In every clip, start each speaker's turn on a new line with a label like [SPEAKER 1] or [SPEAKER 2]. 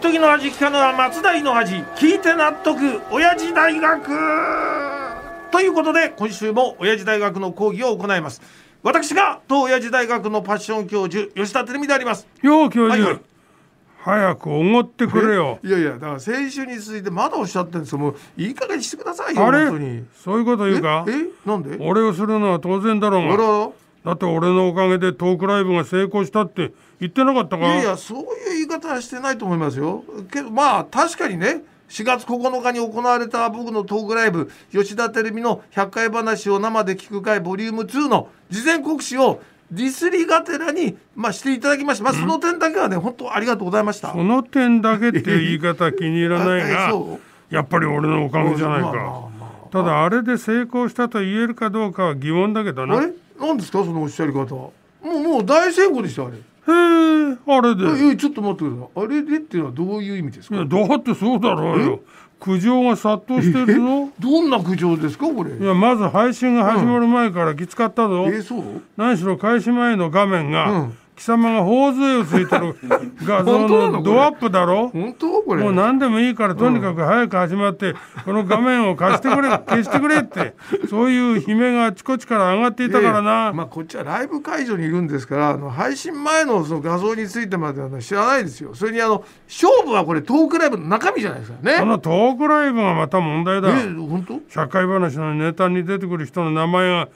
[SPEAKER 1] 木の味聞かぬは松代の味聞いて納得親父大学ということで今週も親父大学の講義を行います私が当親父大学のパッション教授吉田照美であります
[SPEAKER 2] よう教授、
[SPEAKER 1] はいはい
[SPEAKER 2] 早くおごってくれよ
[SPEAKER 1] いやいやだから先週に続いてまだおっしゃってるんですよもういい加減にしてくださいよ
[SPEAKER 2] あれ
[SPEAKER 1] 本当に
[SPEAKER 2] そういうこと言うか
[SPEAKER 1] ええなんで
[SPEAKER 2] お礼をするのは当然だろう
[SPEAKER 1] あ
[SPEAKER 2] が
[SPEAKER 1] ら
[SPEAKER 2] だって俺のおかげでトークライブが成功したって言ってなかったか
[SPEAKER 1] いやいやそういう言い方はしてないと思いますよけどまあ確かにね4月9日に行われた僕のトークライブ吉田照美の「100回話を生で聞く会ボリューム2の事前告知をディスりがてらに、まあ、していただきました、まあ、その点だけはね本当ありがとうございました。
[SPEAKER 2] この点だけって言い方気に入らない
[SPEAKER 1] あえ
[SPEAKER 2] が
[SPEAKER 1] そ
[SPEAKER 2] やっぱり俺のおかげじゃない
[SPEAKER 1] まあまあ
[SPEAKER 2] かただあれで成功したと言えるかどうかは疑問だけどな
[SPEAKER 1] あ
[SPEAKER 2] へ
[SPEAKER 1] れ何ですかそのおっしゃり方もうもう大成功でしたあれ、
[SPEAKER 2] えあれで
[SPEAKER 1] いやちょっと待ってくださいあれでっていうのはどういう意味です
[SPEAKER 2] い
[SPEAKER 1] か
[SPEAKER 2] やだってそうだろうよ苦情が殺到して るぞ
[SPEAKER 1] どんな苦情ですかこれ
[SPEAKER 2] いやまず配信が始まる前からきつかったぞ、
[SPEAKER 1] えそう
[SPEAKER 2] 何しろ開始前の画面が、
[SPEAKER 1] うん
[SPEAKER 2] 貴様が頬杖をついてる 画像
[SPEAKER 1] 本当なのこ
[SPEAKER 2] の
[SPEAKER 1] れ
[SPEAKER 2] ドアップだろ
[SPEAKER 1] 本当これ
[SPEAKER 2] もう何でもいいからとにかく早く始まって、この画面を貸して くれ消してくれってそういう悲鳴があちこちから上がっていたから
[SPEAKER 1] いやい
[SPEAKER 2] な、
[SPEAKER 1] やまあ、こっちはライブ会場にいるんですからあの配信前のその画像についてまでは知らないですよそれにあの勝負はこれトークライブの中身じゃないですか
[SPEAKER 2] こ
[SPEAKER 1] ね
[SPEAKER 2] のトークライブがまた問題
[SPEAKER 1] え
[SPEAKER 2] だ
[SPEAKER 1] 本当
[SPEAKER 2] 社会話のネタに出てくる人の名前が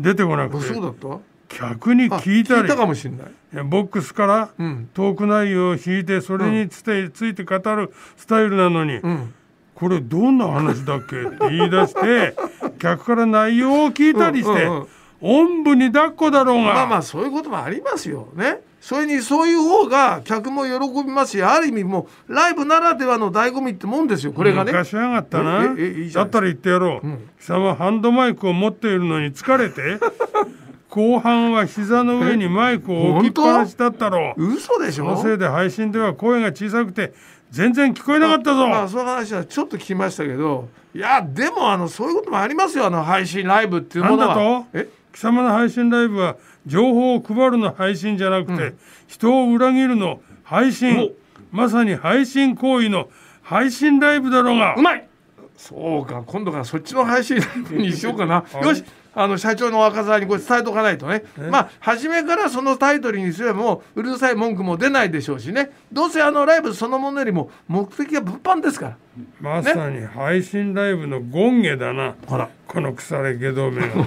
[SPEAKER 2] 出てこなく
[SPEAKER 1] あ
[SPEAKER 2] て、
[SPEAKER 1] そうだった
[SPEAKER 2] 客に
[SPEAKER 1] あ
[SPEAKER 2] 聞いたり
[SPEAKER 1] かもしれない
[SPEAKER 2] いやボックスから
[SPEAKER 1] ん
[SPEAKER 2] トーク内容を引いてそれにつてついて語るスタイルなのに、
[SPEAKER 1] ん
[SPEAKER 2] これどんな話だっけって言い出して 客から内容を聞いたりして、
[SPEAKER 1] うんうんうん
[SPEAKER 2] おんぶに抱っこだろうが、
[SPEAKER 1] まあまあそういうこともありますよねそれにそういう方が客も喜びますしある意味もうライブならではの醍醐味ってもんですよこれがね
[SPEAKER 2] 昔やがったな
[SPEAKER 1] えええいいじゃないですか
[SPEAKER 2] だったら言ってやろう、貴様ハンドマイクを持っているのに疲れて 後半は膝の上にマイクを置きっぱなしだったろう
[SPEAKER 1] 嘘でし
[SPEAKER 2] そ
[SPEAKER 1] ょ
[SPEAKER 2] のせいで配信では声が小さくて全然聞こえなかったぞ、
[SPEAKER 1] まあその話はちょっと聞きましたけどいやでもあのそういうこともありますよあの配信ライブっていう
[SPEAKER 2] な
[SPEAKER 1] も
[SPEAKER 2] ん
[SPEAKER 1] のは
[SPEAKER 2] だと
[SPEAKER 1] え
[SPEAKER 2] 貴様の配信ライブは情報を配るの配信じゃなくて、人を裏切るの配信まさに配信行為の配信ライブだろうが
[SPEAKER 1] うまいそうか今度からそっちの配信にしようか なよしあの社長の若沢にこれ伝えとかないとねまあ初めからそのタイトルにすればもううるさい文句も出ないでしょうしねどうせあのライブそのものよりも目的は物販ですから
[SPEAKER 2] まさに配信ライブの権下だな
[SPEAKER 1] ほら
[SPEAKER 2] この腐れ外道めが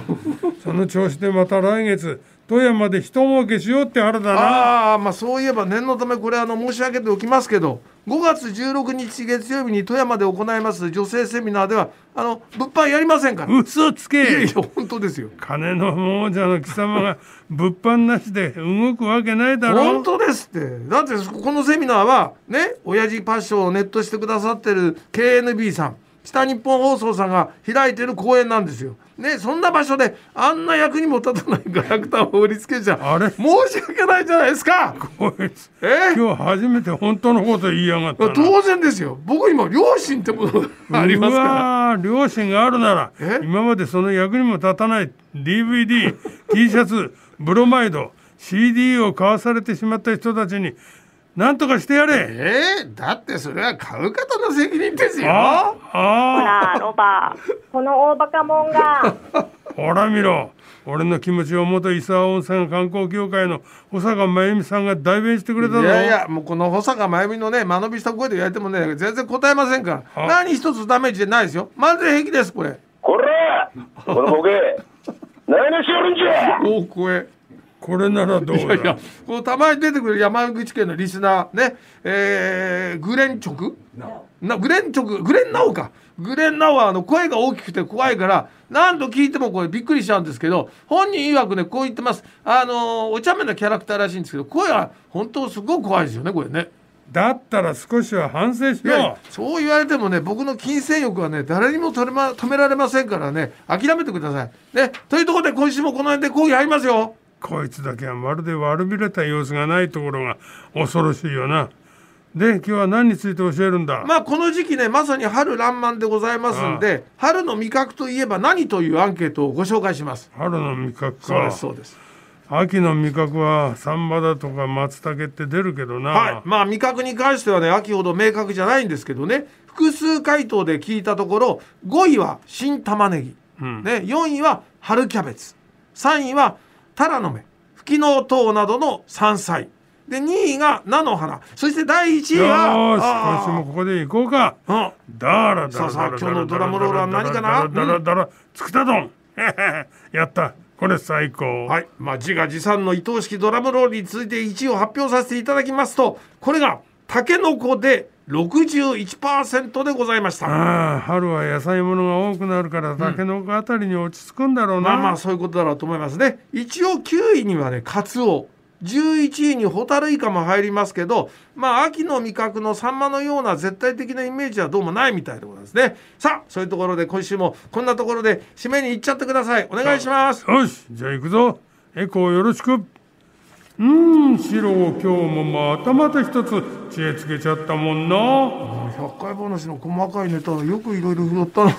[SPEAKER 2] その調子でまた来月富山で人儲けしようってあれだな
[SPEAKER 1] ああまあそういえば念のためこれあの申し上げておきますけど5月16日月曜日に富山で行います女性セミナーではあの物販やりませんから。い
[SPEAKER 2] 嘘つ
[SPEAKER 1] やい
[SPEAKER 2] け
[SPEAKER 1] や本当ですよ。
[SPEAKER 2] 金の亡者の貴様が物販なしで動くわけないだろ
[SPEAKER 1] 本当ですってだってこのセミナーはね親父パッションをネットしてくださってる KNB さん北日本放送さんが開いてる公演なんですよ。ねそんな場所であんな役にも立たないガラクタを売りつけちゃ
[SPEAKER 2] あれ
[SPEAKER 1] 申し訳ないじゃないですか
[SPEAKER 2] こいつ
[SPEAKER 1] えー
[SPEAKER 2] 今日初めて本当のこと言いやが ったな
[SPEAKER 1] 当然ですよ僕にも両親ってものがありますから
[SPEAKER 2] うわー両親があるなら
[SPEAKER 1] え
[SPEAKER 2] 今までその役にも立たない DVD、T シャツ、 ブロマイド、CD を買わされてしまった人たちに何とかしてやれ
[SPEAKER 1] えー、だってそれは買う方の責任ですよ
[SPEAKER 2] ああ
[SPEAKER 3] なあ、ロバ。この大バカモンが。
[SPEAKER 2] ほら見ろ俺の気持ちを元伊沢温泉観光協会の保坂真由美さんが代弁してくれたぞ
[SPEAKER 1] いやいやもうこの保坂真由美のね間延びした声で言われてもね全然答えませんから
[SPEAKER 2] あ
[SPEAKER 1] 何一つダメージでないですよ漫才平気ですこれ
[SPEAKER 4] こらこのボケ何しよるんじゃ
[SPEAKER 1] 大声
[SPEAKER 2] これならどうだ
[SPEAKER 1] いやいやこのたまに出てくる山口県のリスナーねえー、グレンチョクなグレンチョクグレンナオかグレンナオはあの声が大きくて怖いから何度聞いてもこれびっくりしちゃうんですけど本人曰くねこう言ってますあのーお茶目なキャラクターらしいんですけど声は本当すごく怖いですよねこれね
[SPEAKER 2] だったら少しは反省し
[SPEAKER 1] いや
[SPEAKER 2] ろ
[SPEAKER 1] そう言われてもね僕の金銭欲はね誰にも止め,、ま、止められませんからね諦めてくださいねというところで今週もこの辺で講義入りますよ
[SPEAKER 2] こいつだけはまるで悪びれた様子がないところが恐ろしいよな。で今日は何について教えるんだ、
[SPEAKER 1] まあこの時期ねまさに春爛漫でございますんで春の味覚といえば何というアンケートをご紹介します
[SPEAKER 2] 春の味覚か
[SPEAKER 1] そうですそうです
[SPEAKER 2] 秋の味覚はサンマだとか松茸って出るけどな、
[SPEAKER 1] はい、まあ味覚に関してはね秋ほど明確じゃないんですけどね複数回答で聞いたところ5位は新玉ねぎ、
[SPEAKER 2] うん
[SPEAKER 1] ね、4位は春キャベツ3位はタラの芽フキノトウなどの山菜で2位が菜の花そして第1位
[SPEAKER 2] よ
[SPEAKER 1] は
[SPEAKER 2] ーし
[SPEAKER 1] あ
[SPEAKER 2] 今
[SPEAKER 1] ー
[SPEAKER 2] 週もここで行こうか
[SPEAKER 1] うん
[SPEAKER 2] だらだらだ
[SPEAKER 1] さ
[SPEAKER 2] ら
[SPEAKER 1] あさあ
[SPEAKER 2] だら
[SPEAKER 1] 今日のドラムロールは何かな
[SPEAKER 2] だらだらだらだらつくた丼 やったこれ最高
[SPEAKER 1] はい、まあ、自画自賛の伊藤式ドラムロールに続いて1位を発表させていただきますとこれがタケノコで61%でございました。
[SPEAKER 2] ああ春は野菜物が多くなるからたけのこあたりに落ち着くんだろうな、
[SPEAKER 1] まあまあそういうことだろうと思いますね。一応9位にはねカツオ11位にホタルイカも入りますけどまあ秋の味覚のサンマのような絶対的なイメージはどうもないみたいでございますね。さあそういうところで今週もこんなところで締めに行っちゃってください。お願いします。
[SPEAKER 2] よしじゃあ行くぞエコーよろしくうーん白を今日もまたまた一つ知恵つけちゃったもんな
[SPEAKER 1] 百回話の細かいネタよくいろいろ振ったな。